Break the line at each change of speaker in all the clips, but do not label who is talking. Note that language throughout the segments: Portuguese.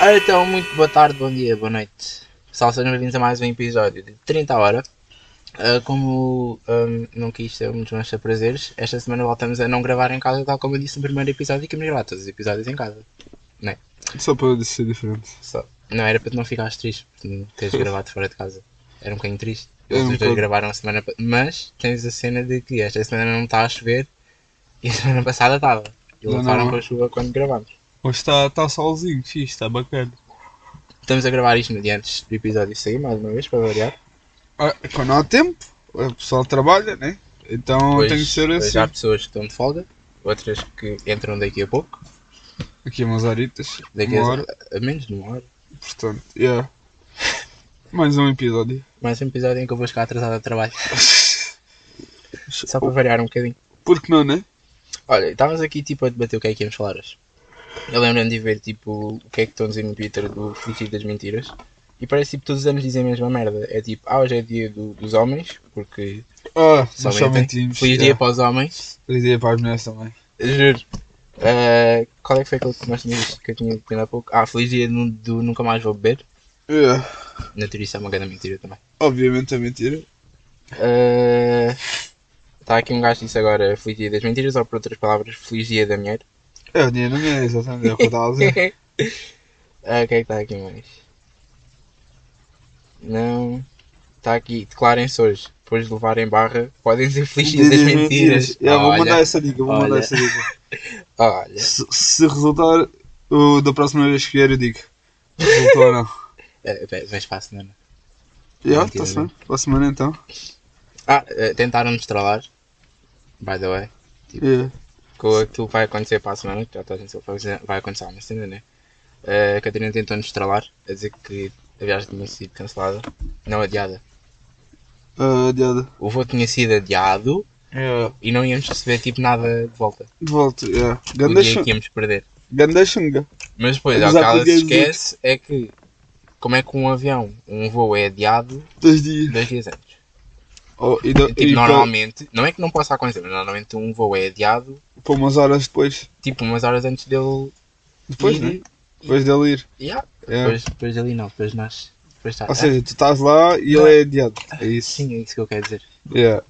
Ora então, muito boa tarde, bom dia, boa noite. Pessoal, sejam bem-vindos a mais um episódio de 30 Hora. Ah, como ahm, não quis ter muitos mais prazeres, esta semana voltamos a não gravar em casa, tal como eu disse no primeiro episódio, que íamos gravar todos os episódios em casa.
Só para ser diferente.
Só. Não era para tu não ficares triste por não teres gravado fora de casa. Era um bocadinho triste.
Era
Eles
um
os dois
bocado.
gravaram a semana pa- Mas tens a cena de que esta semana não está a chover e a semana passada estava. E
Não,
levaram
não.
com a chuva quando gravámos.
Hoje está tá solzinho, fixe, está bacana.
Estamos a gravar isto no dia antes do episódio sair, mais uma vez, para variar.
Ah, quando há tempo, o pessoal trabalha, né? Então
Pois-
tem que ser
pois
assim.
Há pessoas que estão de folga, outras que entram daqui a pouco,
Aqui umas horitas,
daqui
uma
a,
hora,
a menos de uma hora.
portanto, yeah. Mais um episódio.
Mais um episódio em que eu vou chegar atrasado ao trabalho, só para variar um bocadinho.
Porque não, né?
Olha, estávamos aqui tipo a debater o que é que íamos falar hoje. Eu lembro-me de ver tipo o que é que estão a dizer no Twitter do Fugir das Mentiras. E parece tipo todos os anos dizem a mesma merda. É tipo, ah, hoje é dia do- dos homens, porque
Ah,
só
nós só
mentem.
mentimos.
Feliz dia para os homens.
Feliz dia para as mulheres também.
Juro. Ah, qual é que foi aquele que nós tínhamos que eu tinha dito há pouco? Ah, feliz dia do, do Nunca Mais Vou Beber.
Yeah.
Na teoria isso é uma grande mentira também.
Obviamente é mentira.
Está aqui um gajo que disse agora Feliz Dia das Mentiras, ou por outras palavras, Feliz Dia da Mulher.
É o dia da mulher, exatamente, é o que eu estava a
Ah, O
dizer.
que é que está aqui mais? Não. Está aqui, declarem-se hoje. Depois de levarem barra, podem dizer Feliz Dia das Mentiras.
é Yeah, vou
é Olha,
mandar essa dica, vou mandar
olha.
essa dica.
Olha,
Se, se resultar, o da próxima vez que vier eu digo. Resultou ou não.
Eh, bem, mas para a semana.
Já,
Mentira,
está certo. Para a semana então.
Ah, eh, tentaram-nos trollar. By the way.
Yeah.
com aquilo que vai acontecer para a semana, que já está a gente vai- vai acontecer há uma semana, né? Eh, A Catarina tentou-nos estralar, a dizer que a viagem tinha sido cancelada, não adiada.
Ah, adiada.
O voo tinha sido adiado
Yeah.
e não íamos receber tipo nada de volta.
De volta, yeah.
O
Ganda
dia que
xunga.
íamos perder.
Ganda xunga.
Mas depois, ao
Mas
que
há
ela se
português dito.
esquece é que como é que um avião, um voo é adiado
Dois dias.
dois dias antes?
Oh, e da-
Tipo,
e para-
normalmente, não é que não possa acontecer, mas normalmente um voo é adiado
Para, umas horas depois.
tipo umas horas antes dele
Depois,
ir.
né? Depois dele ir.
Yeah.
Yeah.
Depois, depois dali não, depois nós. Depois tá,
Ou seja, tu estás lá e ele é adiado. É isso.
Sim, é isso que eu quero dizer.
Yeah.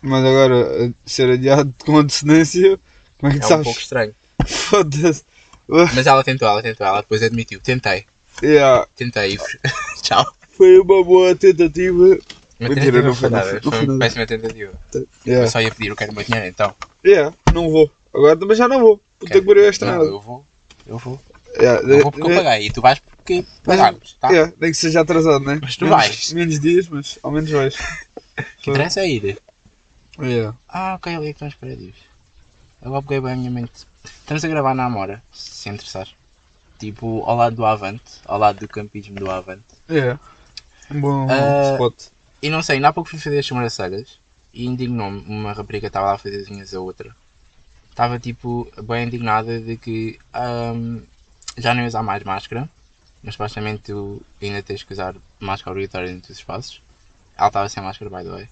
Mas agora, a ser adiado com antecedência, como é que
É
tu
um pouco
sabes?
estranho.
Foda-se.
Mas ela tentou, ela tentou, ela depois admitiu. Tentei,
Yeah.
tentei. Tchau.
É. Foi uma boa tentativa.
Mas tentativa
Mentira, não foi nada,
nada,
não
Foi
foi
uma
nada.
péssima tentativa. Eu
Yeah.
só ia pedir, eu quero o meu dinheiro então.
Yeah, É. não vou. Agora também já não vou. Puta
Quero.
que pariu esta
Não,
nada.
eu vou. Eu vou.
Yeah,
Eu vou porque eu
eh,
paguei e tu vais porque pagámos, tá?
yeah, nem É, que seja atrasado, né?
Mas tu
menos,
vais.
Menos dias, mas ao menos vais.
O que interessa é ir.
Yeah.
Ah, ok, ali é que estão os prédios. Agora peguei bem a minha mente. Estamos a gravar na Amora, se interessar. Tipo, ao lado do Avante, ao lado do campismo do Avante.
Yeah. Um bom
Ah,
spot.
E não sei, ainda há pouco fui fazer as sobrancelhas e indignou-me. Uma rapariga estava lá a fazer as unhas a outra. Estava tipo bem indignada de que ahm, já não ia usar mais máscara, mas supostamente tu ainda tens que usar máscara obrigatória dentro dos espaços. Ela estava sem máscara, by the way.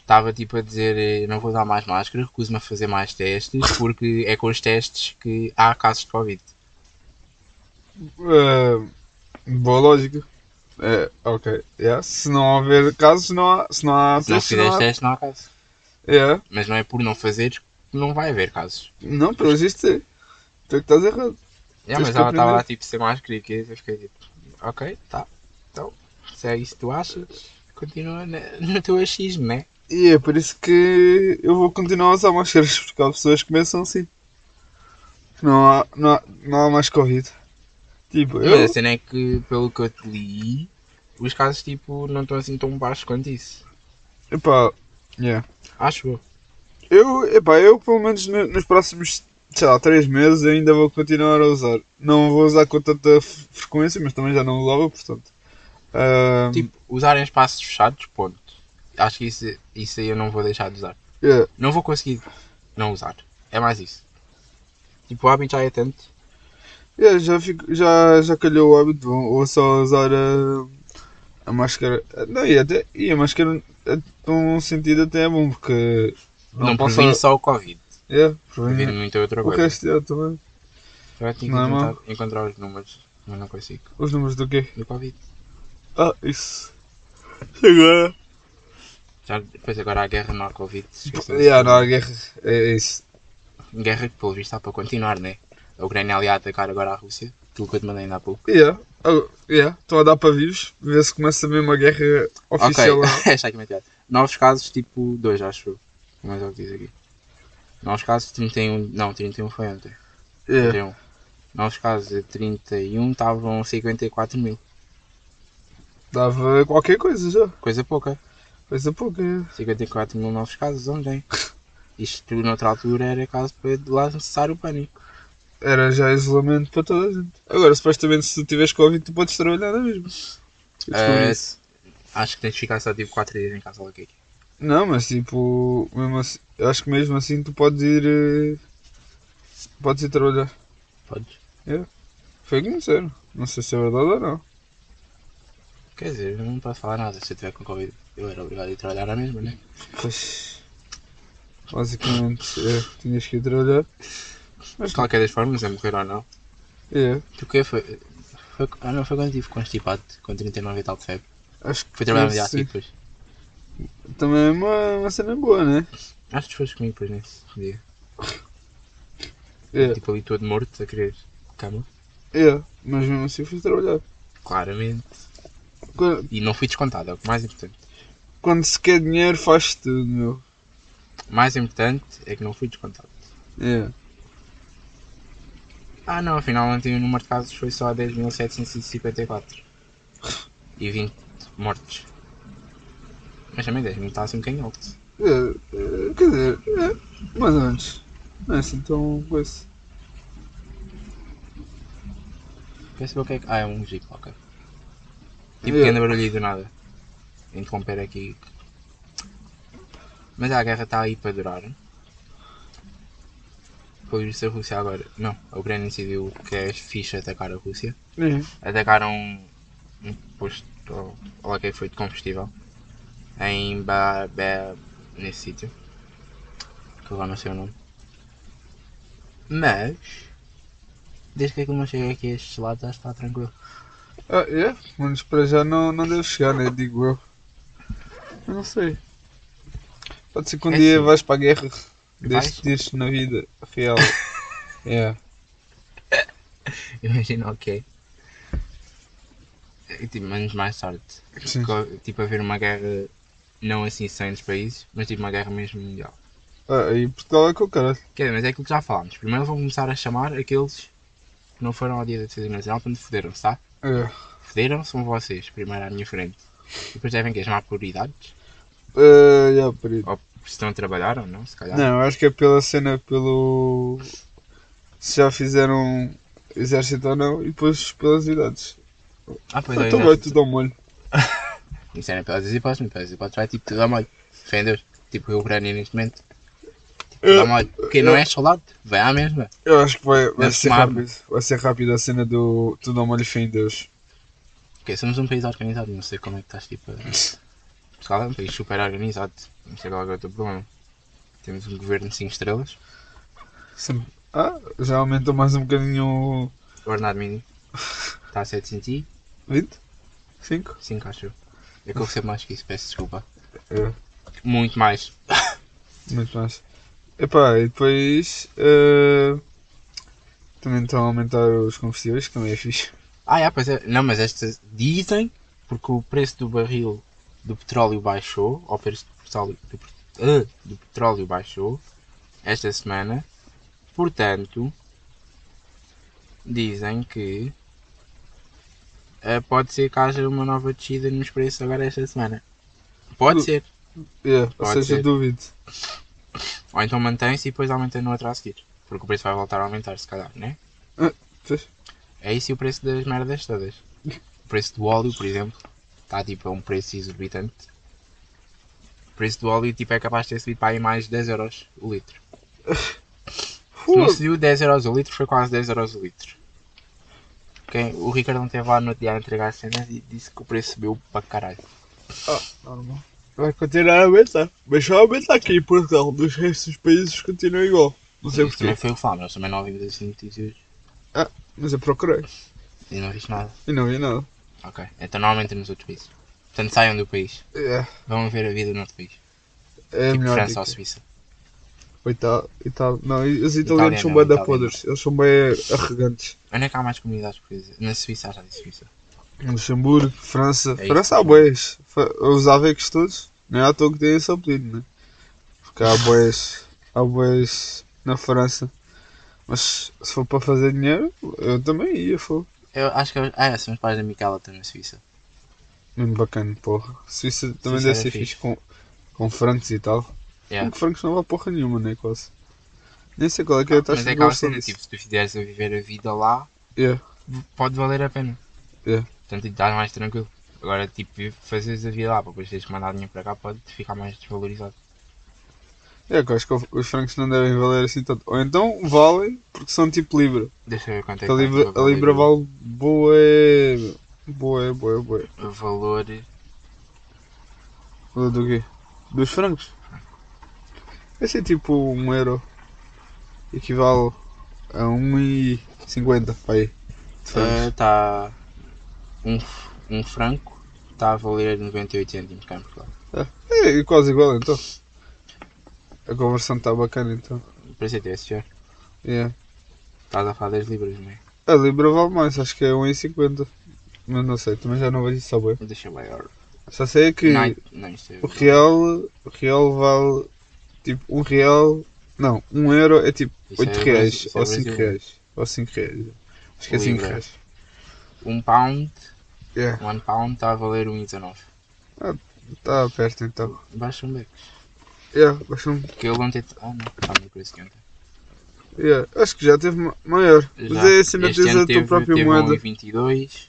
Estava tipo a dizer: eh, não vou usar mais máscara, recuso-me a fazer mais testes, porque é com os testes que há casos de Covid.
Ah, boa lógica. É, ok. Yeah. Se não houver casos, não há. Se não há
Se não
testes, não
fizeres
há-
testes, não há caso.
Yeah.
Mas não é por não fazeres que não vai haver casos.
Não, pelo visto, é. tu é que estás errado.
Yeah,
Tens
mas
que
ela estava
aprender.
lá tipo sem máscara e que eu fiquei tipo, ok, tá. Então, se é isso que tu achas, continua na- no teu achismo, né?
E é por isso que eu vou continuar a usar máscaras, porque há pessoas que começam assim. Não há, não há, não há mais Covid. Tipo, eu.
Mas a cena é que, pelo que eu te li, os casos tipo não estão assim tão baixos quanto isso.
Epá, yeah.
Acho eu.
Eu, epá, eu pelo menos no- nos próximos, sei lá, 3 meses ainda vou continuar a usar. Não vou usar com tanta f- frequência, mas também já não usava, portanto. Ahm,
Tipo, usar em espaços fechados, ponto. Acho que isso, isso aí eu não vou deixar de usar.
yeah.
Não vou conseguir não usar. É mais isso. Tipo, o hábito já é tanto.
Yeah, já, fico, já, já calhou o hábito, vou, vou só usar a, a máscara. Não, e, até, e a máscara, eh, num sentido, até é bom, porque
Não, não
posso-
previne Uhum. só o Covid.
Yeah,
Previne
previne
muita outra
o
coisa.
resto yeah, tá também.
Agora tenho
Não é
que
mau.
tentar encontrar os números mas não consigo.
Os números do quê?
Do Covid.
Ah, isso. Agora.
Já, depois agora há guerra no Covid. esqueçam-se.
Yeah, não há guerra. É isso.
Guerra que, pelo visto, está para continuar, né? A Ucrânia é aliada cara agora à Rússia, aquilo que eu te mandei ainda há pouco.
Yeah. Ah, yeah. Estão a dar para vivos. Ver se começa mesmo a guerra oficial. ou não.
Ok, está aqui uma piada. Novos casos, tipo 2, acho eu. Mas é o que diz aqui. Novos casos, 31. Não, 31 foi ontem.
Yeah.
31. Novos casos de 31 estavam 54 mil.
Dava qualquer coisa já.
Coisa pouca.
Coisa pouca. yeah.
54 mil novos casos ontem. Isto, noutra altura, era caso para de lá cessar o pânico.
Era já isolamento para toda a gente. Agora, supostamente, se tu tiveres Covid, tu podes trabalhar na mesma. Eu descobri
Ah,
isso.
Acho que tens de ficar só tipo 4 dias em casa lá aqui.
Não, mas tipo, mesmo assim, acho que mesmo assim tu podes ir. eh, Podes ir trabalhar.
Podes.
Foi o que me disseram. Não sei se é verdade ou não.
Quer dizer, eu não posso falar nada. Se eu tiver com Covid, eu era obrigado a ir trabalhar na mesma, né?
Pois. Basicamente, é, tinhas que ir trabalhar.
Mas de qualquer das formas, a morrer ou não.
É,
Tu que foi, foi. Ah, não, foi quando estive constipado, com 39 e tal de febre.
acho que
Fui trabalhar no dia a
sim.
seguir depois.
Também é uma, uma cena boa, né?
Acho que tu foste comigo depois nesse dia.
É,
Tipo ali todo morto, a querer cama.
é, mas mesmo assim fui trabalhar.
Claramente.
Quando,
E não fui descontado, é o que mais importante.
quando se quer dinheiro, faz tudo, meu.
O mais importante é que não fui descontado.
É,
Ah não, afinal ontem o número de casos foi só 10.754. E 20 mortes. Mas também 10 mil está assim um bocadinho alto.
é, é, quer dizer, é, mais ou menos. Não é assim tão coisa.
Quer saber o que é que. Ah, é um jeep, ok. Tipo,
Yeah.
pequeno barulho aí do nada. Interromper aqui. Mas a guerra está aí para durar. Por isso a Rússia agora. Não, a Ucrânia decidiu que é fixe atacar a Rússia.
É,
Atacaram um, um posto. ou- Ou lá que é que foi de combustível. Em Ba. Ba- nesse sítio. Que eu agora não sei o nome. Mas. Desde que aquilo não chega aqui a estes lados, acho que está tranquilo.
Ah, é? Mas para já não, não deve chegar, né? Digo eu. Eu não sei. Pode ser que um
É
dia
assim.
vais para a guerra.
Vais?
Destes na vida real. é.
Imagina o que é. Tipo, anos mais tarde.
Sim.
Co- Tipo, haver uma guerra, não assim só entre países, mas tipo uma guerra mesmo mundial.
Ah, e Portugal é com o caralho.
Quer dizer, mas é aquilo que já falámos. Primeiro vão começar a chamar aqueles que não foram ao Dia da Defesa Nacional quando foderam-se, tá?
É.
Foderam-se são vocês, primeiro à minha frente. E depois devem que chamar por idades,
Ah, já, perigo.
ou se estão a trabalhar ou não, se calhar.
Não, acho que é pela cena, pelo. Se já fizeram exército ou não, e depois pelas idades.
Ah, pois é,
Então vai
exato.
tudo ao molho.
Isso era pelas hipóteses, mas pelas hipóteses vai tipo tudo a molho. Fé em Deus. Tipo a Ucrânia neste momento. Tipo, tudo a molho. Quem não é soldado, vai à mesma.
Eu acho que vai, vai
Deve
ser
tomar.
rápido. Vai ser rápido a cena do tudo ao molho e fé em Deus.
Porque somos um país organizado, não sei como é que estás tipo. a- Portugal é um país super organizado. Não sei qual é o teu problema. Temos um governo de 5 estrelas,
Sempre. Ah, já aumentou mais um bocadinho.
o ordenado mínimo. Está a 700 e
20? 5?
5, acho eu. É que eu recebo mais que isso, peço desculpa.
É.
Muito mais.
Muito mais. Epá, e depois. eh, Também estão a aumentar os combustíveis, que também é fixe.
Ah, é, pois é. Não, mas estas dizem porque o preço do barril do petróleo baixou, ou o preço do petróleo, do, pet- ah, do petróleo baixou esta semana. Portanto, dizem que ah, pode ser que haja uma nova descida nos preços agora esta semana. Pode
Uh.
ser.
É, ou
Pode
seja,
ser.
duvido.
Ou então mantém-se e depois aumenta no outro a seguir. Porque o preço vai voltar a aumentar, se calhar, né?
Pois.
É isso e o preço das merdas todas. O preço do óleo, por exemplo, está tipo a um preço exorbitante. O preço do óleo tipo, é capaz de ter subido para aí mais 10 euros o litro. Se não
Fogo.
subiu 10 euros o litro, foi quase 10 euros o litro. Quem, o Ricardo não esteve lá no outro dia a entregar as cenas e disse que o preço subiu para caralho.
Normal. Vai continuar a aumentar. Mas já aumenta aqui em Portugal, nos restos dos países continua igual. Não sei
Isso também
porquê.
foi o que falámos, nós também não ouvimos assim notícias.
Mas eu procurei.
tipo, E não viste nada.
E não vi nada.
Ok. Então não aumentem nos outros países. Portanto, saiam do país.
É,
Vão ver a vida no outro país.
é a
tipo
melhor.
França
dica.
ou Suíça.
Ou Itália. Itália. Não, e- os
Itália
italianos são
não,
bem da
Itália
podres. Eles são bem arrogantes.
Onde é que há mais comunidades portuguesas? Na Suíça, já disse Suíça.
Luxemburgo, França.
É isso.
França há boés. Os avecos todos. Não é à toa que têm esse apelido, né? Porque há boés. Há boés na França. Mas se for para fazer dinheiro, eu também ia, fogo.
Eu acho que. eu- Ah, é, são os pais da Micaela estão na Suíça.
Mesmo bacana, porra. Suíça
Suíça
também deve
era
ser
é fixe.
fixe com, com francos e tal.
Yeah.
Com francos não vá porra nenhuma, né? Quase. Nem sei qual é que é a taxa
Mas é
de
aquela
conversão
cena,
disso.
tipo, se tu fizeres a viver a vida lá,
Yeah.
pode valer a pena.
É.
Portanto, estás mais tranquilo. Agora, tipo, fazeres a vida lá para depois teres que mandar dinheiro para cá, pode ficar mais desvalorizado.
É, que eu acho que o- os francos não devem valer assim tanto. Ou então valem, porque são tipo Libra.
Deixa eu ver quanto é
Que a Libra, a Libra vale boa. Boa, boa, boa.
o valor. eh,
Do do quê? Dos francos. Esse é tipo um euro. Equivale a 1,50 para aí. de
Ah,
francos.
Está. tá um, f- um franco está a valer 98 cêntimos cá em Portugal.
É, é quase igual então. A conversão está bacana então.
Para ser é desse já.
Yeah.
Estás a falar das libras, não é?
A Libra vale mais, acho que é 1,50. Mas não sei, também já não vejo isso saber.
Deixa eu ver. ora.
Só sei é que.
Não, não, isto é.
O real, o real vale tipo um real, não, um euro é tipo
Isso é
oito reais
Brasil-
ou
isso é
cinco
Brasil.
reais ou cinco reais. Acho que é cinco
Libra.
reais.
Um pound,
É,
one pound está a valer 1,19.
está perto então.
Baixa um beco.
É, bastante.
Porque eu ontem. Ah, não, está a mesma coisa que ontem.
É, acho que já teve ma- maior. Mas é assim, não
Este
tens
ano
a tua
teve-
própria
teve
moeda.
1,22.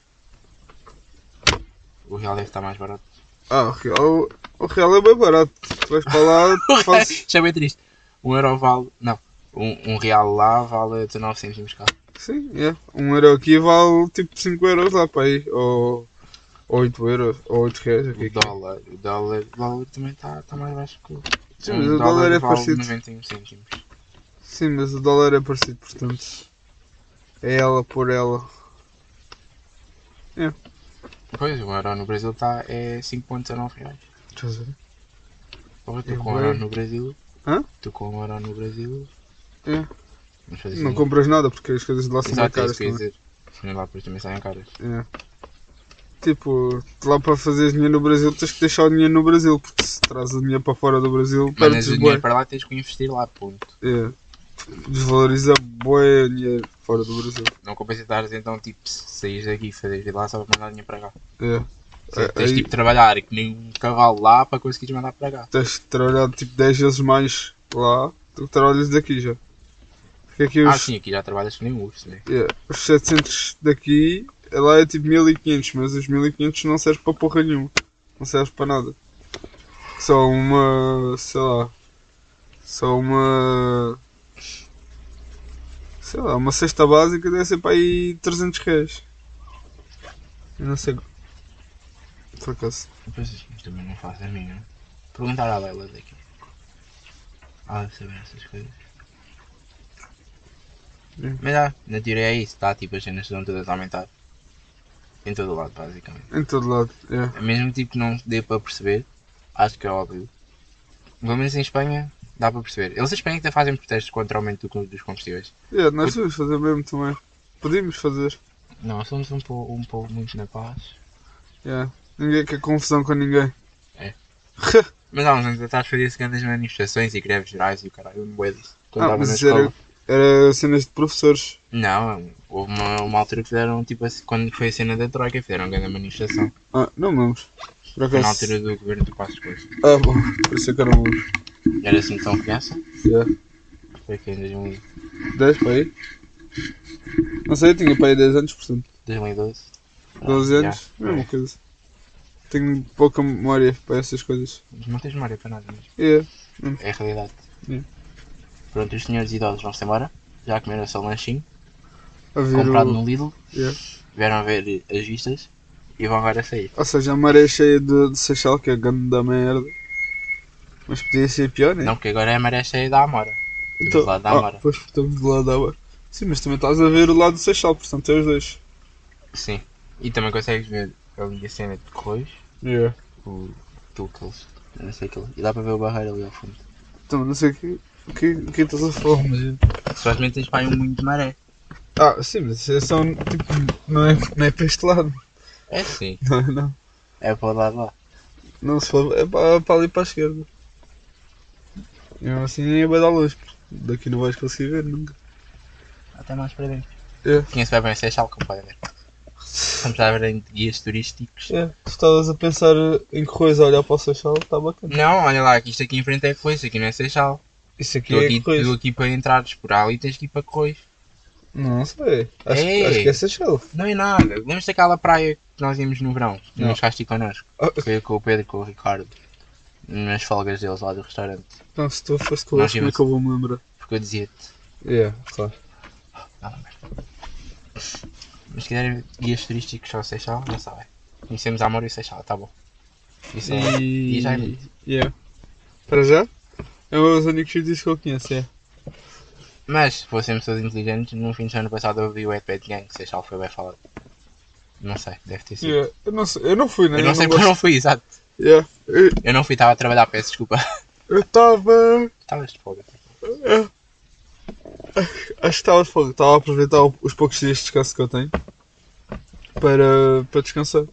O real deve estar mais barato.
Ah, o real, o real é bem barato. Tu vais para lá, fazes.
Já é bem triste. Um euro vale. Não. Um, um real lá vale 19 cêntimos cá.
Sim, é. Um euro aqui vale tipo cinco euros lá para aí. Ou ou oito euros, ou oito reais. O que é
O
que é?
dólar. O dólar, o dólar também está tá mais baixo que o. Um
Sim, mas o dólar é
vale
parecido.
91 cêntimos.
é. Sim, mas o dólar é parecido, portanto. É ela por ela.
Pois, o euro no Brasil está é 5,19 reais.
Estás a ver?
Pô, tu
Eu
com o euro
bem.
no Brasil.
Hã?
Tu com o euro no Brasil.
É.
Vamos fazer
Não
assim.
compras nada porque as coisas de lá são mais
Exato, é
caras.
isso que eu ia
também.
dizer. Afinal, lá depois também saem caras.
Tipo, de lá para fazer dinheiro no Brasil tens que deixar o dinheiro no Brasil, porque se traz o dinheiro para fora do Brasil,
Mandas
perdes
o
o
dinheiro
boi.
para lá, tens que o investir lá, ponto.
É. Desvaloriza boi o dinheiro fora do Brasil.
Não compensa estares então, tipo, saís daqui e fazeres de lá só para mandar dinheiro para cá.
É.
Sim,
Aí
tens tipo de trabalhar que nem um cavalo lá para conseguires mandar para cá.
tens de trabalhar tipo 10 vezes mais lá do que trabalhas daqui já. Porque aqui os,
Ah, sim, aqui já trabalhas que nem um urso, né?
Yeah. Os 700 daqui, lá é tipo 1500, mas os 1500 não serve para porra nenhuma. Não serve para nada. Só uma. sei lá. Só uma. sei lá, uma cesta básica deve ser para aí 300 reais. Eu não sei. Por acaso.
Pois também não faço a minha. Perguntar à Leila daqui. Ah, deve saber essas coisas.
Sim.
Mas ah, na teoria é isso, está tipo as cenas estão todas a aumentar. Em todo o lado, basicamente.
Em todo lado. Yeah.
Mesmo tipo que não dê para perceber, acho que é óbvio. Pelo menos em Espanha dá para perceber. Eles em Espanha ainda fazem protestos contra o aumento do- dos combustíveis.
Yeah, É, nós podemos fazer mesmo também. Podíamos fazer.
Não, somos um povo, um povo muito na paz.
Yeah. Ninguém quer confusão com ninguém.
Mas há uns anos atrás fazia-se grandes manifestações e greves gerais e o caralho, eu me bué disso. Quando
Ah,
estava
mas
na
isso era,
escola.
era cenas de professores.
Não, houve uma, uma altura que fizeram, tipo assim, quando foi a cena da Troika, fizeram grande manifestação.
Ah, não me lembro. Por
Foi na
acaso.
altura do governo do Passos Coelho.
Ah, bom, por isso é que eu não me lembro.
Era assim tão criança?
Yeah.
Foi aqui em 2000
10 para aí? Não sei, eu tinha para aí 10 anos, portanto.
2012.
12
Ah,
anos,
já,
mesma coisa. Tenho pouca memória para essas coisas.
foi. Não tens memória para nada mesmo.
É,
É a realidade.
Yeah.
Pronto, os senhores idosos vão-se embora. Já comeram o seu lanchinho,
a ver
comprado
o...
no Lidl.
yeah.
Vieram ver as vistas e vão agora sair.
Ou seja, a maré cheia de, de Seixal, que é grande da merda. Mas podia ser pior, né?
Não, porque agora é a maré cheia da Amora. Estamos lá da
ah,
Amora.
pois, estamos do lado da Amora. Sim, mas também estás a ver o lado do Seixal, portanto é os dois.
Sim. E também consegues ver ali a cena de Correios,
Yeah.
o tipo, aquilo que eles. eu Não sei aquilo. E dá para ver o barreiro ali ao fundo.
Então, não sei o que, o que, o que estás a falar, mas.
Supostamente tens para aí um moinho de maré.
Ah, sim, mas isso é só. um- Tipo, não é, não é para este lado.
É sim.
Não, é, não.
É para o lado lá.
Não, se for. É para, para ali para a esquerda. E mesmo assim nem é bem da luz. porque Daqui não vais conseguir ver nunca.
Até mais para dentro.
É.
Conheço bem bem o Seixal, como podem ver. Estamos a ver em guias turísticos.
É, tu estavas a pensar em Correios a olhar para o Seixal, está bacana.
Não, olha lá, que isto aqui em frente é Correios, aqui não é Seixal.
Isso aqui
Tu
é
aqui, tu
Correios.
aqui para entrares por ali tens que ir para Correios.
Não sei. Acho,
Ei.
acho que é Seixal.
Não é nada. Lembras daquela praia que nós íamos no verão? Que
Não.
não chegaste a ir connosco.
Ah,
Foi com o Pedro e com o Ricardo. Nas folgas deles lá do restaurante.
então, se tu foste com eles,
Nós
como é
íamos-
que eu vou me lembrar?
Porque eu dizia-te.
É, claro.
Mas se quiserem guias turísticos ao Seixal, já sabem. Conhecemos a Amor e o Seixal, tá bom. Isso é.
E.
e já é muito.
Yeah. Para já? É um dos únicos sítios que eu conheço, é.
Mas, se fossem pessoas inteligentes, no fim de semana passado eu vi o Bad Gang, que Seixal foi bem falado. Não sei, deve ter sido.
Yeah. é. Eu, não, sei- eu não fui, né?
Eu não sei porque eu não fui, exato.
gosto- Yeah. Eu-
Eu não fui, estava a trabalhar, peço desculpa. Tá,
Eu estava.
Estavas de folga.
Acho que estava de folga. Estava a aproveitar o- os poucos dias de descanso que eu tenho para, para descansar.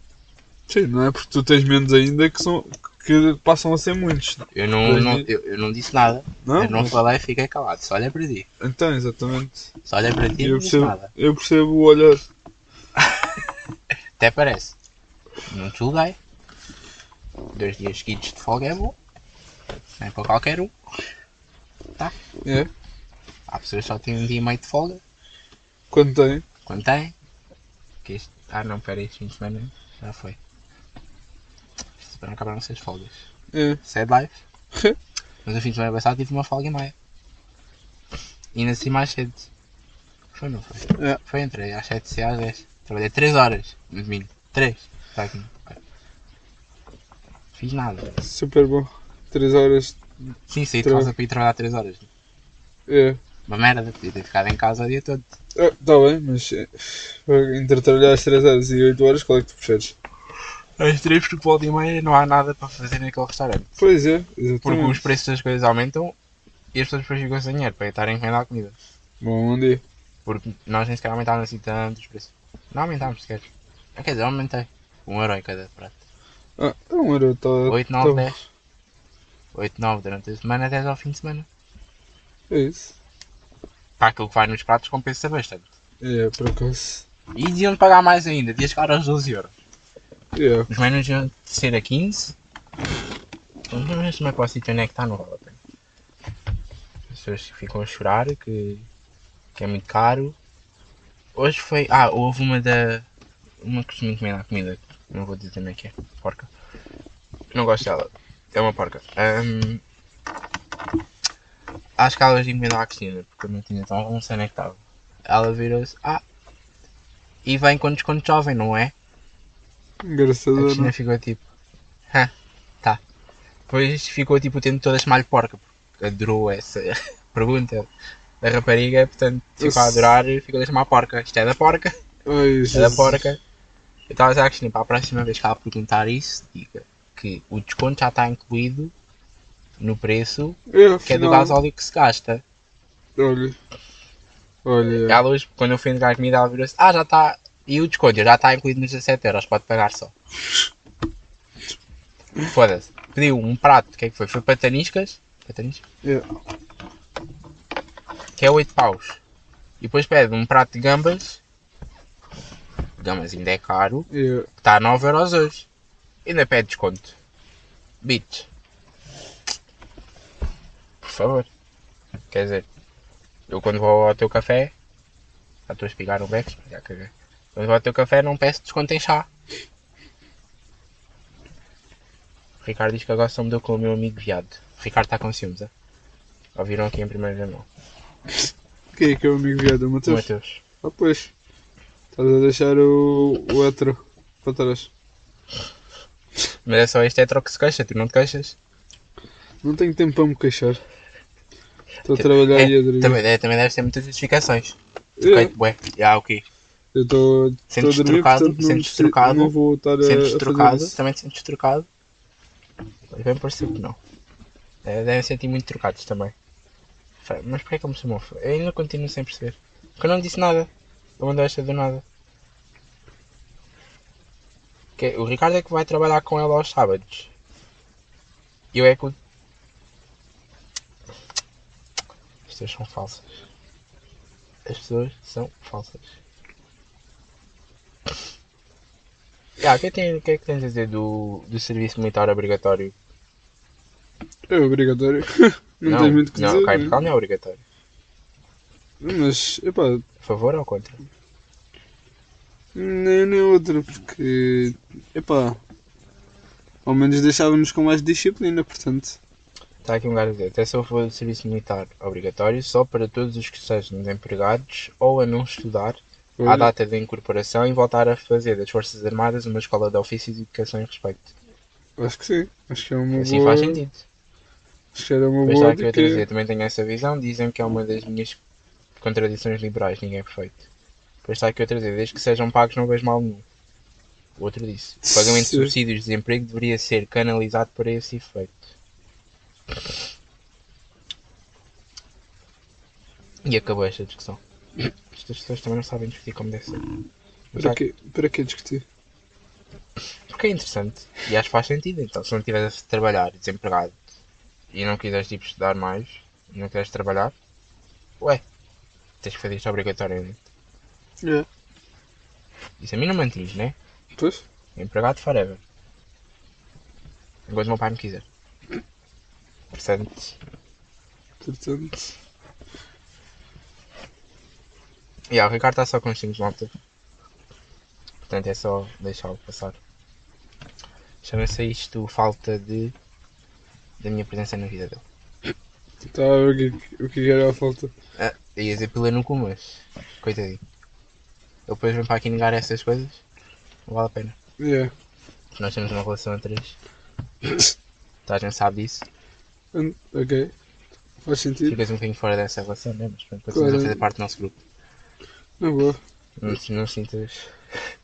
Sim, não é porque tu tens menos ainda que, são, que passam a ser muitos.
Eu não,
Pois
não-
é.
eu, eu não disse nada.
Não?
eu não
Mas-
falei, fiquei calado. Só olha para ti.
Então, exatamente.
Só olha para ti e
Eu
não disse
percebo,
nada.
eu percebo o olhar.
Até parece. Não te julguei. Dois dias seguidos de folga é bom. Não é para qualquer um.
É?
Há pessoas que só têm um dia e meio de folga.
Quando tem.
Quando têm. é? Que este... Ah não, pera aí, este fim de semana já foi. Isto para não acabaram seis folgas.
É.
Sad life. Mas no fim de semana passado tive uma folga e meia. E nasci mais cedo. Foi não foi?
É.
Foi entrei às 7 às 10. Trabalhei 3 horas no domingo. 3. Está aqui. Fiz nada.
Super bom. 3 horas.
Sim, saí de
Tra-
casa para ir trabalhar 3 horas.
É.
Uma merda, podia ter ficado em casa o dia todo.
Ah, tá bem, mas eh, entre trabalhar às 3 horas e 8 horas, qual é que tu preferes?
Às 3 porque volta e meia não há nada para fazer naquele restaurante.
Pois é,
Porque
exatamente.
um, os preços das coisas aumentam e as pessoas depois ficam sem dinheiro para estarem a encomendar a comida.
Bom dia.
Porque nós nem sequer aumentámos assim tanto os preços. Não aumentámos sequer. Ah, Quer dizer, aumentei. 1 euro em cada prato.
Ah, é um euro, tá.
8, 9,
tá-
10. 8, 9 durante a semana, 10 ao fim de semana.
É isso.
Para aquilo que vai nos pratos compensa bastante.
É, por acaso.
E deviam pagar mais ainda, devias ficar aos 12 euros.
É,
Os menus iam ser a 15. Mas também para o sítio onde é que está não vale a pena. As pessoas ficam a chorar que, que é muito caro. Hoje foi. Ah, houve uma da. Uma que costumo encomendar comida. Não vou dizer também que é. Porca. Não gosto dela. É uma porca. Ahm, acho que ela hoje encomendou à Cristina, porque eu não tinha tão não sei onde é que estava. Ela virou-se. Ah! E vem com desconto jovem, não é? A
engraçado,
Cristina
não?
ficou tipo. Hã? Tá. Depois ficou tipo o tempo todo a chamar-lhe porca, porque adorou essa pergunta da rapariga, portanto ficou a adorar e ficou a chamar porca. Isto é da porca,
Ai,
isto é da
Jesus.
porca. Eu estava a dizer à Cristina, para a próxima vez que ela perguntar isso, diga que o desconto já está incluído no preço
É,
que é do
afinal,
gasóleo que se gasta.
Olha. Olha. é,
Ela hoje, quando eu fui entregar a comida, ela virou-se, ah, já está. E o desconto já está incluído nos 17 euros, pode pagar só. Foda-se. Pediu um prato, o que é que foi? Foi pataniscas, pataniscas
É.
que é 8 paus. E depois pede um prato de gambas, gambas ainda é caro,
É.
que está Tá a 9 euros hoje. Ainda pede desconto. Bitch. Por favor. Quer dizer, eu quando vou ao teu café. Já estou a espigar um beco, já caguei. Quando vou ao teu café não peço desconto em chá. O Ricardo diz que agora só me deu com o meu amigo viado. O Ricardo está com ciúmes, é? Ouviram aqui em primeira mão.
Quem é que é o amigo viado? O
O
Matheus?
Mateus.
Ah, pois. Estás a deixar o, o hétero para trás.
Mas é só este hetero que se queixa, tu não te queixas.
Não tenho tempo para me queixar. Estou a
Tipo,
trabalhar
é,
e a dormir.
também, é, também deves ter muitas justificações.
É.
Feito bué. Ah, ok.
Eu estou a
Sentes
dormir,
trocado,
portanto não,
sentes
preciso-
trocado,
não vou estar a,
Sentes
a
trocado?
fazer isso.
Também te sentes trocado? Bem, pareceu que não. Eh, Devem sentir muito trocados também. Fra- Mas porquê que ele me chamou? Fra- Eu ainda continuo sem perceber. Porque eu não disse nada. Eu mandei esta do nada. Que- o Ricardo é que vai trabalhar com ela aos sábados. Eu é que. o- As pessoas é são falsas. As pessoas são falsas. Ah, o que, é que tem- o que é que tens a dizer do, do serviço militar obrigatório?
É obrigatório. não, tens muito o que
não,
dizer.
cá em
né?
Portugal não é obrigatório.
Mas, epá,
A favor ou contra?
nem, nem outra, porque, epá, ao menos deixávamos com mais disciplina, portanto.
Está aqui um gajo a dizer, até sou a favor do serviço militar obrigatório só para todos os que sejam desempregados ou a não estudar à
olha,
data da incorporação e voltar a fazer das Forças Armadas uma escola de ofícios, educação e respeito.
Acho que sim, acho que é uma
Assim
boa,
faz sentido.
acho que era uma
Depois
boa
está aqui outra a
dica.
dizer, também tenho essa visão, dizem que é uma das minhas contradições liberais, ninguém é perfeito. Depois está aqui outra a dizer, desde que sejam pagos não vejo mal nenhum. O outro disse, o pagamento de
Sim.
subsídios de desemprego deveria ser canalizado para esse efeito. E acabou esta discussão. Estas pessoas também não sabem discutir como deve ser. Mas
Para quê, para quê discutir?
porque é interessante. E acho que faz sentido. Então, se não tiveres a trabalhar desempregado e não quiseres tipo, estudar mais e não quiseres trabalhar, ué, tens que fazer isto obrigatoriamente.
É.
Isso a mim não me atinge, né?
Pois,
Empregado forever. Enquanto o meu pai me quiser. Portanto,
portanto,
e yeah, o Ricardo está só com os 5 de nota. Portanto, é só deixá-lo passar. Chama-se isto falta de. da minha presença na vida dele.
está a ver tá, o que, o que era a falta.
Eu ia dizer pila no cu, mas. Coitadinho. Eu depois venho para aqui negar essas coisas. Não vale a pena.
Yeah.
Porque Nós temos uma relação a três. Toda a gente sabe disso.
And- Ok, faz sentido,
Ficas um bocadinho fora dessa relação, né? Mas pronto, continuas
Claro.
a fazer parte do nosso grupo.
na boa.
Não, te- não sintas.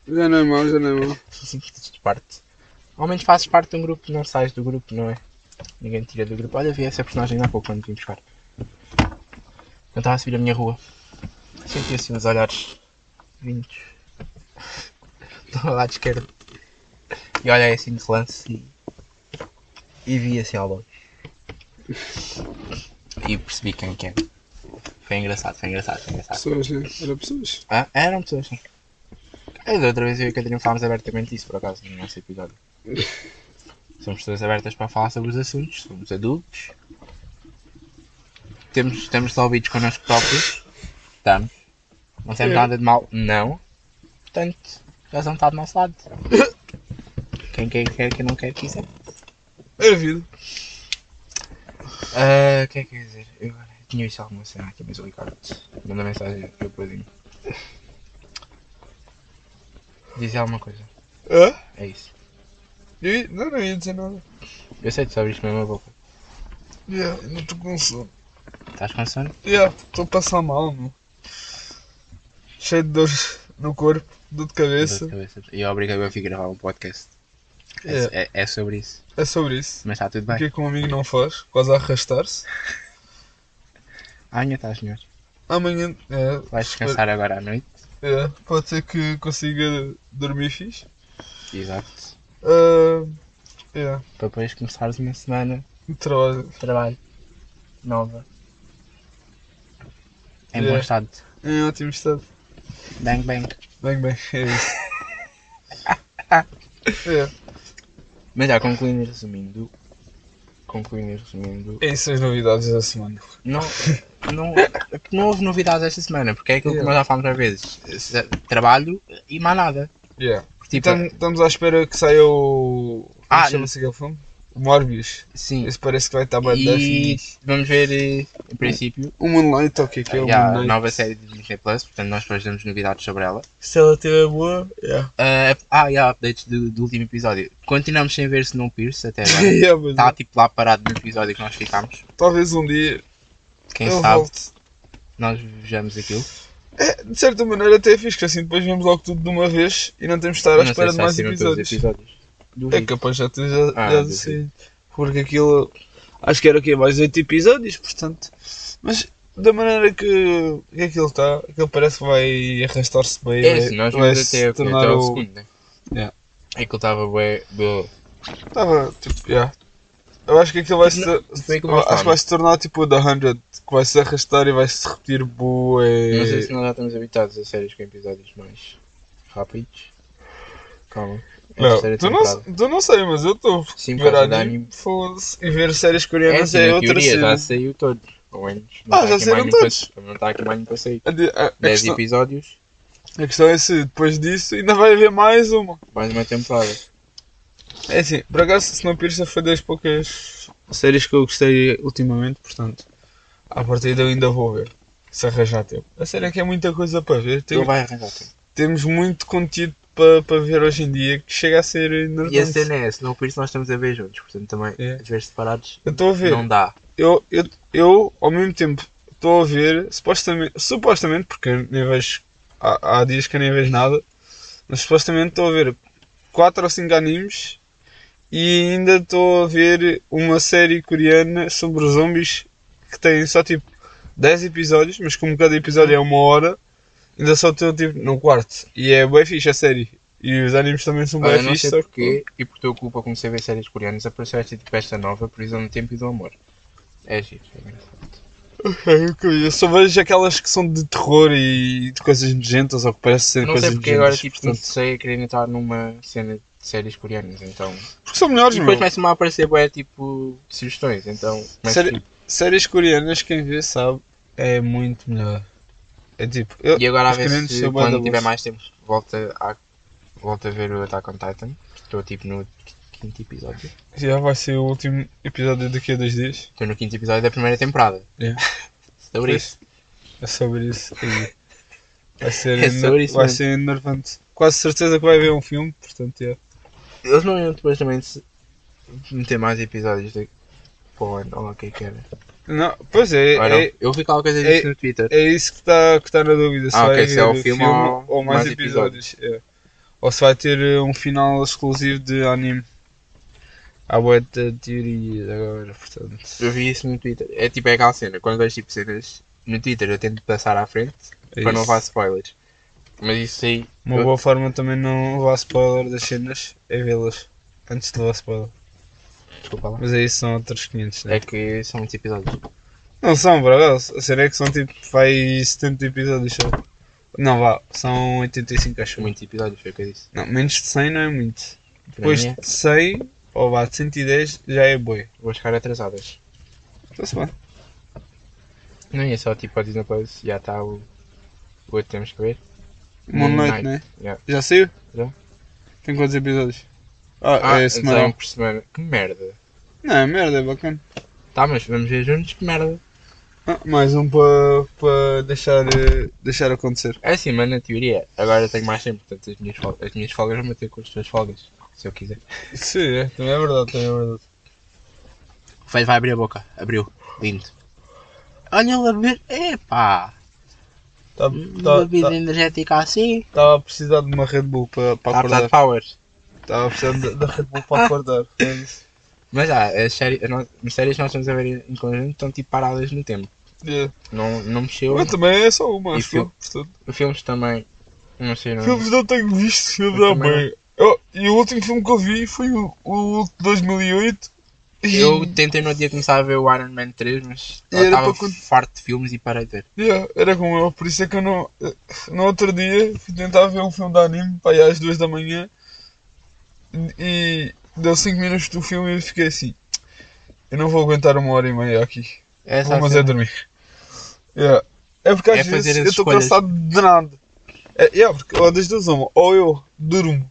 Já não é mau, já não é mau.
Não sintas de parte. Ao menos fazes parte de um grupo, não sais do grupo, não é? Ninguém te tira do grupo. Olha, vi essa personagem ainda há pouco quando vim buscar. Quando estava a subir a minha rua, senti assim uns olhares vindos do lado esquerdo. E olhei assim de relance e, e vi assim ao longe. E percebi quem é que era. Foi engraçado, foi engraçado, foi engraçado.
Pessoas, né? Era pessoas.
Ah, eram pessoas, sim. É, da outra vez eu e a Catarina falámos abertamente disso, por acaso, no nosso episódio. Somos pessoas abertas para falar sobre os assuntos, somos adultos. Temos, estamos resolvidos connosco próprios. Estamos. Não temos
É.
nada de mal, não. Portanto, já são está do nosso lado. Quem quer, quer, quem não quer, quiser.
É a vida.
Ah, O que é que eu ia dizer? Eu agora tinha visto alguma cena aqui, mas o Ricardo manda mensagem para o Padinho. Dizia alguma coisa,
Hã?
é isso.
Eu ia- Não, não ia dizer nada.
Eu sei que tu sabes isto mesmo a boca.
Yeah, não estou com sono.
Estás com sono?
Yeah, estou a passar mal, meu. Cheio de dor no corpo, dor de cabeça.
Dor de cabeça. E eu obriguei o Benfica a gravar um podcast. É,
Yeah,
é- é sobre isso.
é sobre isso.
Mas está tudo
O que
bem.
é que um amigo não faz? Quase a arrastar-se.
Amanhã Ah, estás melhor.
Amanhã. é,
Vais descansar agora à noite.
é, pode ser que consiga dormir fixe.
Exato.
Ah, yeah,
Para depois começares uma semana
de trabalho.
de trabalho nova. Em bom
Yeah.
estado.
Em É ótimo estado.
Bang bang.
Bem, bem, é isso. é,
Mas já concluindo e resumindo. Concluindo e resumindo.
é isso as novidades da semana.
Não, não, é porque não houve novidades esta semana, porque é aquilo que
Yeah.
nós já falámos às vezes. Se- Trabalho e mais nada.
Yeah.
Porque, tipo,
Tam- Estamos à espera que saia o. Como é
Ah,
chama-se aquele filme? O Morbius.
sim.
Esse parece que vai estar bem
E
definido.
vamos ver, eh, em princípio,
O Moonlight, ok, que é o
já a
Moonlight.
nova série de Disney Plus, portanto, nós depois damos novidades sobre ela.
Se ela tiver boa, yeah.
Ah, ah, e há updates do, do último episódio. Continuamos sem ver se não Pierce até agora.
Yeah, mas
Está tipo lá parado no episódio que nós ficámos.
Talvez um dia
Quem
eu
sabe
volte.
nós vejamos aquilo.
É, de certa maneira até é fixe, que assim depois vemos logo tudo de uma vez e não temos de estar à
não sei
espera
se
de
já
mais
saíram todos os
episódios.
episódios.
É
Duvido.
capaz já ter já,
Ah,
já
duvido.
saído. Porque aquilo. Acho que era o quê? Mais 8 episódios, portanto. Mas da maneira que, que aquilo está, aquilo parece que vai arrastar-se bem.
É
vai-
assim, nós
vai
vimos
se
até, até
tornar
ao
o-
segundo, né?
Yeah.
É que ele estava bué... bué.
Tava, tipo, yeah. Eu acho que aquilo vai se.
foi como
eu
eu
acho
falo.
que vai se tornar tipo o da 100, que vai se arrastar e vai se repetir boa.
Não
É.
sei se é nós já estamos habituados a séries com episódios mais rápidos. Calma. É a terceira
tu,
temporada.
não, tu não sei, mas eu estou
Sim, por
ver
causa da
anime
anime.
foda-se, e ver séries
É,
coreanas
assim,
é,
na
outra
teoria
cena.
já saiu todo. Ou menos.
Ah, já saíram todos.
Para, não está aqui mais nenhum para sair.
A, di- a- a
10
questão,
episódios,
a questão é se depois disso ainda vai haver mais uma.
mais uma temporada.
É assim, por acaso Snow Piercer foi das poucas séries que eu gostei ultimamente, portanto, à partida eu ainda vou ver. Se arranjar tempo. A série é que é muita coisa para ver. tem-
Ele vai arranjar tempo.
temos muito conteúdo para pa ver hoje em dia que chega a ser
E a
enervante.
cena é, se não por isso nós estamos a ver juntos. Portanto, também,
É.
às vezes separados,
Eu estou a ver,
não dá.
eu, eu, eu ao mesmo tempo estou a ver, supostamente, supostamente porque eu nem vejo, há, há dias que eu nem vejo nada, mas supostamente estou a ver 4 ou 5 animes e ainda estou a ver uma série coreana sobre zombies que tem só tipo 10 episódios, mas como cada episódio é uma hora, ainda só estou tipo no quarto. E é bem fixe a série. E os animes também são bem
Olha, não
fixe,
sei
só que-
porquê, e por tua culpa comecei a ver séries coreanas, apareceu esta tipo esta nova, Prisão do Tempo e do Amor. É giro, é engraçado.
É, ok, Eu só vejo aquelas que são de terror e de coisas nojentas ou que parecem ser
Não
coisas
sei porque agora
nojentas,
tipo,
portanto,
comecei a querer entrar numa cena de séries coreanas, então...
porque são
E
melhores,
depois
meu.
começa-me a aparecer bué, tipo, sugestões, então... mas,
Sério?
tipo,
Séries coreanas, quem vê sabe, é muito melhor. É tipo, eu,
E agora a
os
ver
coreanos
se
são bué da
quando tiver
boa.
mais tempo volta a, volta a ver o Attack on Titan. Estou tipo no quinto episódio.
já vai ser o último episódio daqui a dois dias.
Estou no quinto episódio da primeira temporada.
Yeah.
Sobre isso.
É sobre isso. aí. Vai ser,
É
ener-
sobre isso
vai
mesmo.
ser enervante. Quase certeza que vai haver um filme, portanto, é.
Eles não iam depois também se- meter mais episódios de... Pô, olha lá o que é que era.
Não, pois é,
Olha,
é,
eu vi qualquer coisa
é-
disso no Twitter.
É isso que está que tá na dúvida.
Ah, ok,
vai
se é o
haver
filme ou-
ou mais,
mais
episódios. é. Ou se vai ter eh, um final exclusivo de anime. Há boa de teorias agora, portanto.
Eu vi isso no Twitter. É tipo é aquela cena. Quando vejo tipo cenas no Twitter eu tento passar à frente
É
para não
isso.
levar spoilers. Mas isso aí.
Uma
eu-
boa forma também de não levar spoiler das cenas é vê-las antes de levar spoiler.
Desculpa lá.
Mas aí são outros 500, né?
É que são muitos episódios.
Não são, por acaso. A série é que são tipo. Vai 70 episódios só. Não, vá, são 85, acho. eu.
Muitos episódios, foi o que eu disse.
Não, menos de 100 não é muito.
Para
Depois
mim é.
de 100, ou vá, de 110 já é boi.
Vou chegar atrasadas.
Está-se bem.
Não, e é só tipo a Disney Plus, já está o. O outro que temos que ver.
Moon
Moon
Knight,
Knight.
né?
Yeah.
Já saiu?
Já.
Tem quantos episódios? Ah, é
sai
semanal.
um por semana. Que merda.
Não, é merda, é bacana.
Tá, mas vamos ver juntos, que merda.
Ah, mais um para pa deixar, eh, deixar acontecer.
É assim, mas na teoria, agora tenho mais tempo, portanto as minhas, folgas, as minhas folgas vão ter com as tuas folgas, se eu quiser.
Sim, é, também é verdade, também é verdade.
O Fez vai abrir a boca, abriu, lindo. Olha ele a beber, epá,
Tá,
Hum, uma bebida
Estava
energética assim.
a precisar de uma Red Bull para pa
Tá
acordar.
power.
Estava a precisar de- da Red Bull para acordar. foi isso.
Mas já, as séries, as no- as séries que nós estamos a ver em conjunto estão tipo paradas no tempo.
Yeah.
Não, não mexeu.
Mas também é só uma,
E
acho eu.
fil-
Portanto,
Filmes também, não sei não.
filmes não tenho visto, filme
Eu
da
também
mãe. Ah. Eu- E o último filme que eu vi foi o, o de 2008. E-
Eu tentei no outro dia começar a ver o Iron Man 3, mas
E era
estava
para quando-
farto de filmes e parei de ver.
Yeah, era como eu, por isso é que eu não. eh, No outro dia fui tentar ver um filme de anime, pá, aí às 2 da manhã e deu 5 minutos do filme e eu fiquei assim: eu não vou aguentar uma hora e meia aqui,
Essa
vou mas é
cena.
dormir. Yeah. É porque às
É fazer as
vezes eu estou
escolhas.
cansado de nada. É, yeah, porque ou das duas uma, ou eu durmo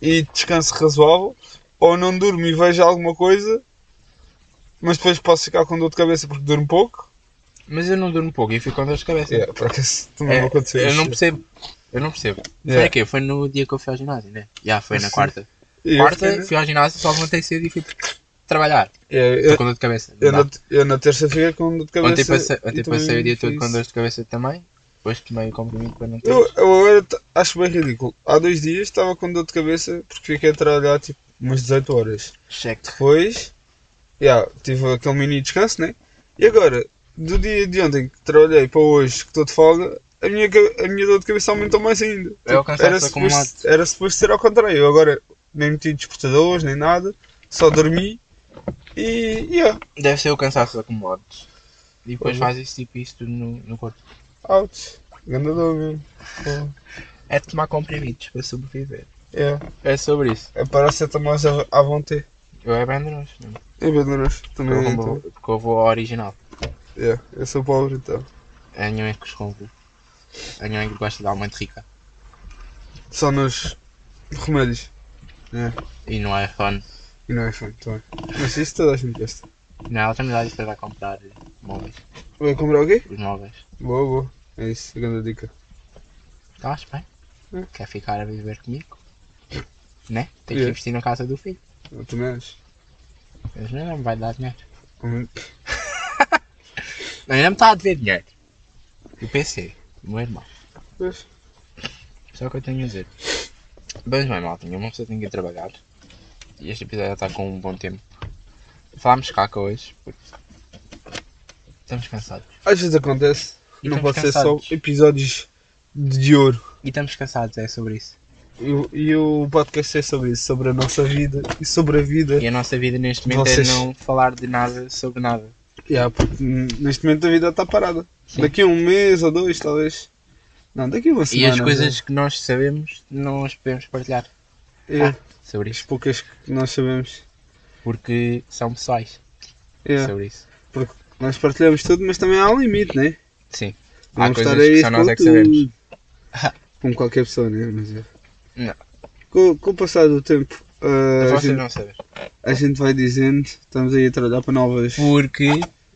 e descanso razoável, ou não durmo e vejo alguma coisa, mas depois posso ficar com dor de cabeça porque durmo pouco.
Mas eu não durmo pouco e fico com dor de cabeça.
Yeah, por acaso também
É,
não aconteceu
eu
isso.
não percebo. Eu não percebo. Foi
Yeah.
o quê? Foi no dia que eu fui ao ginásio, né? Já, foi na
É. Sim.
quarta.
E É, eu
Quarta,
fiquei-
fui ao ginásio, só levantei cedo e fui trabalhar.
É,
Estou
eu,
com dor de cabeça. não
eu
dá.
na, eu na terça fiquei com dor de cabeça.
Ontem passei,
e
ontem
também
passei o dia todo
fiz-
com dor de cabeça também. Depois tomei o comprimido para não ter.
Eu, eu agora t- acho bem ridículo. Há dois dias estava com dor de cabeça porque fiquei a trabalhar tipo umas 18 horas.
Cheque.
Depois, já tive aquele mini descanso, né? E agora, do dia de ontem que trabalhei para hoje que estou de folga, a minha, ca- a minha dor de cabeça aumentou mais ainda.
É o cansaço
era,
acumulado.
suposto, era suposto ser ao contrário. Eu agora nem meti despertadores, nem nada, só dormi e. Yeah,
Deve ser o cansaço acumulado. E depois
Uhum.
faz isso tipo isso tudo no, no corpo.
out. Ganda dor mesmo. Pô,
É tomar comprimidos para sobreviver.
Yeah.
É sobre isso.
É para ser mais à à vontade.
Eu é bem nojo mesmo.
É Bedouros, também.
Eu
então.
vou- Porque eu vou ao original. É
Yeah, eu sou pobre então.
A Nhonha que esconde. A Nhonha que gosta de alma de rica.
Só nos remédios
E não é fun.
e no iPhone também. Mas isso toda a gente gasta.
Não, ela também dá isso para comprar móveis.
Vai comprar o quê?
Os móveis.
Boa, boa. É isso, grande dica.
Estás bem?
Hum.
Quer ficar a viver comigo? Né? Tem que
Yeah.
investir na casa do filho.
Eu também acho.
Mas não, não me vai dar dinheiro.
Hum,
Ainda me está tá a dever dinheiro. O PC, o meu irmão.
Pois.
Só que eu tenho a dizer. Mas bem, maltinha, uma pessoa tem que ir trabalhar. E este episódio já está com um bom tempo. Falámos caca hoje, porque estamos cansados.
Às vezes acontece.
E
não
estamos
pode ser só
cansados.
episódios de ouro.
E estamos cansados, é sobre isso.
E, o- e o podcast é sobre isso, sobre a nossa vida e sobre a vida.
E a nossa vida neste momento
Vocês-
é não falar de nada sobre nada.
Yeah, porque hum, neste momento a vida está parada.
Sim.
Daqui a um mês ou dois, talvez. Não, daqui a uma
E
semana. né?
as coisas que nós sabemos não as podemos partilhar
É,
sobre
as
isso.
poucas que nós sabemos.
Porque são pessoais
Yeah.
sobre isso. é
Nós partilhamos tudo, mas também há um limite, né?
Sim. Há
Não
coisas que só nós é que sabemos.
Como qualquer pessoa, né? Mas, é.
Não.
Com, com o passar do tempo, uh, a,
Vocês
gente,
não sabem.
a gente vai dizendo, estamos aí a trabalhar para novas.
Porque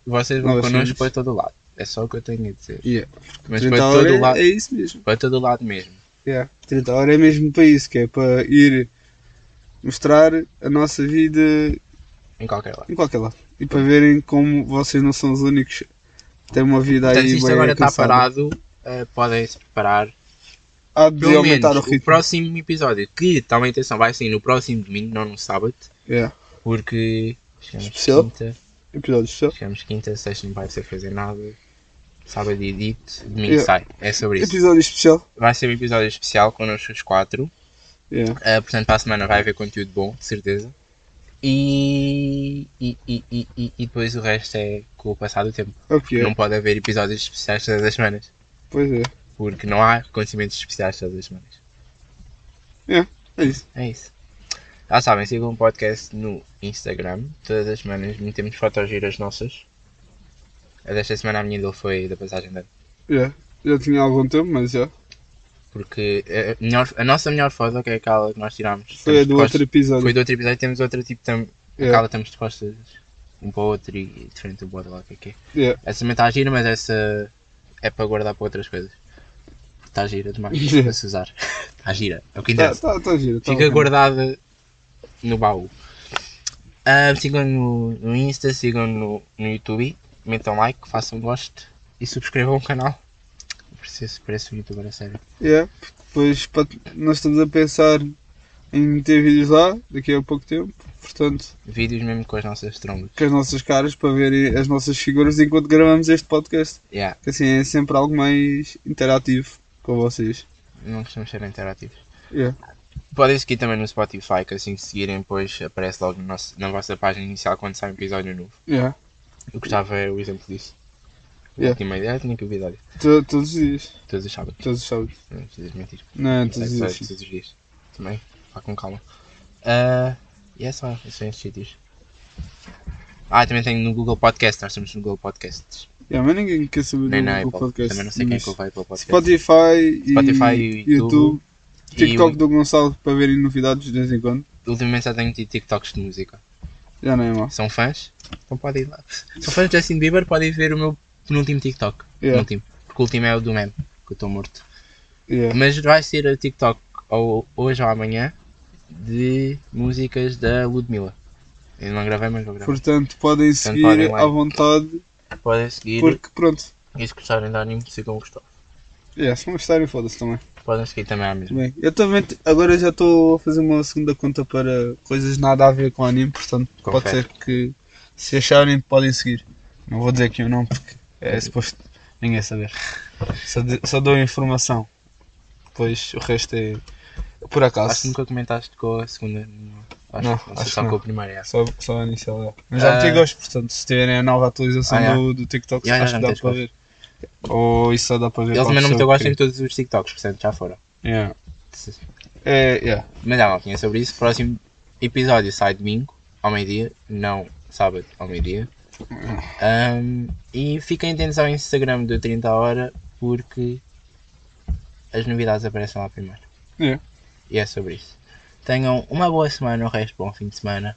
vocês vão
Novas
connosco
fontes.
para todo lado. É só o que eu tenho a dizer.
Yeah.
Mas
30
para
horas
todo
é-
lado.
é isso mesmo.
Para todo lado mesmo.
Yeah. 30 horas é mesmo para isso, que é para ir mostrar a nossa vida
Em qualquer lado.
em qualquer lado. E para verem como vocês não são os únicos que têm uma vida
Portanto,
Tá aí.
isto
bem
agora está
alcançada.
parado. eh, podem se preparar.
Há de
Pelo
aumentar
menos
o
o,
ritmo.
próximo episódio, que também atenção, vai sair no próximo domingo, não no sábado.
Yeah.
Porque chegamos
Especial.
quinta.
Episódio especial.
Chegamos quinta, sexta não vai ser fazer nada. Sábado edito, domingo
Yeah.
sai. É sobre isso.
Episódio especial.
Vai ser um episódio especial connosco os quatro.
Yeah.
Ah, portanto, para a semana vai haver conteúdo bom, de certeza. E, e, e, e, e- e depois o resto é com o passar do tempo.
Ok,
Não pode haver episódios especiais todas as semanas.
pois é.
Porque não há acontecimentos especiais todas as semanas.
É isso.
É isso. Já sabem, sigam o podcast no Instagram. Todas as semanas metemos fotos giras nossas. A desta semana a minha dele foi da passagem da
Yeah. Já tinha há algum tempo, mas já.
Porque eh, a, a melhor- a nossa melhor foto, que é aquela que nós tirámos.
Foi
estamos
a
de
do outro
costas-
episódio.
Foi do outro episódio, temos outra tipo tam,
Yeah.
Aquela estamos de costas um para o outro e diferente do bode lá, o que é que é.
Yeah.
Essa também está gira, mas essa é para guardar para outras coisas. Está gira demais
Yeah.
para se usar. Está gira, é o que
Tá,
interessa.
tá, tá giro. Tá
Fica
bacana.
guardada no baú. Ah, sigam no, no Insta, sigam no, no YouTube, metam like, façam gosto e subscrevam o canal. Preciso, parece um youtuber a sério.
Yeah. Depois pá, nós estamos a pensar em ter vídeos lá daqui a pouco tempo. Portanto,
Vídeos mesmo com as nossas trombas.
com as nossas caras para verem as nossas figuras enquanto gravamos este podcast.
Yeah,
Que assim é sempre algo mais interativo com vocês.
não costumamos ser interativos.
Yeah.
Podem seguir também no Spotify, que assim que seguirem, depois aparece logo no nosso- na vossa página inicial quando sai um episódio novo.
Yeah.
Eu gostava era o exemplo disso. Eu
Yeah.
tinha uma ideia, tinha que episódio.
To- Todos os dias.
Todos os sábados.
Todos os sábados.
Não precisas mentir.
Não, é
Não sei,
todos os
só
dias.
todos os dias. Também, vá com calma. Ah, e é só, é só estes sítios. Ah, também tenho no Google Podcast, nós estamos no Google Podcasts.
Yeah, mas ninguém quer saber
Nem
do
na
Google
Apple.
Podcast.
Também não sei quem é
mas-
que ouve a Apple Podcast.
Spotify,
Spotify
e
e YouTube.
YouTube, TikTok
E
do Gonçalo para verem novidades de vez em quando.
ultimamente já tenho tido TikToks de música.
Já não é mau.
são fãs, então podem ir lá. São fãs de Justin Bieber, podem ver o meu penúltimo TikTok.
Yeah.
Penúltimo. Porque o último é o do meme, que eu estou morto.
Yeah.
Mas vai ser a TikTok ou, hoje ou amanhã de músicas da Ludmilla. Eu não gravei, mas vou gravar.
Portanto, podem seguir
podem lá.
à vontade,
Podem seguir
porque pronto,
e se gostarem de anime, sigam o Gustavo.
Yeah, se não gostarem, foda-se também.
Podem seguir também à mesma.
Bem, eu também, te- agora já estou a fazer uma segunda conta para coisas nada a ver com anime, portanto, pode
Confere.
ser que se acharem, podem seguir. Não vou dizer aqui o nome porque é suposto ninguém saber. Só, de- só dou informação. Depois o resto é por
Acho que
acaso.
nunca comentaste com a segunda. Não, acho,
Não,
que-
acho
só
que
com
não.
a primeira. é.
Só, só a inicial é. Mas já meti
Ah.
gosto, portanto, se tiverem a nova atualização
Ah, yeah.
do, do TikTok,
Yeah,
acho
yeah,
que dá
já meteste
para ver. Ou isso só dá para ver.
Eles
para a
também não muito
pessoa
gostam de
que
todos os TikToks, portanto já foram.
queria. Yeah. É, yeah.
Mas já não tinha sobre isso. Próximo episódio sai domingo, ao meio-dia. Não sábado, ao meio-dia. Ahm, e fiquem atentos ao Instagram do 30 Hora, porque as novidades aparecem lá primeiro.
É.
E é sobre isso. Tenham uma boa semana, o resto, bom fim de semana.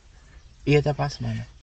E até para a semana.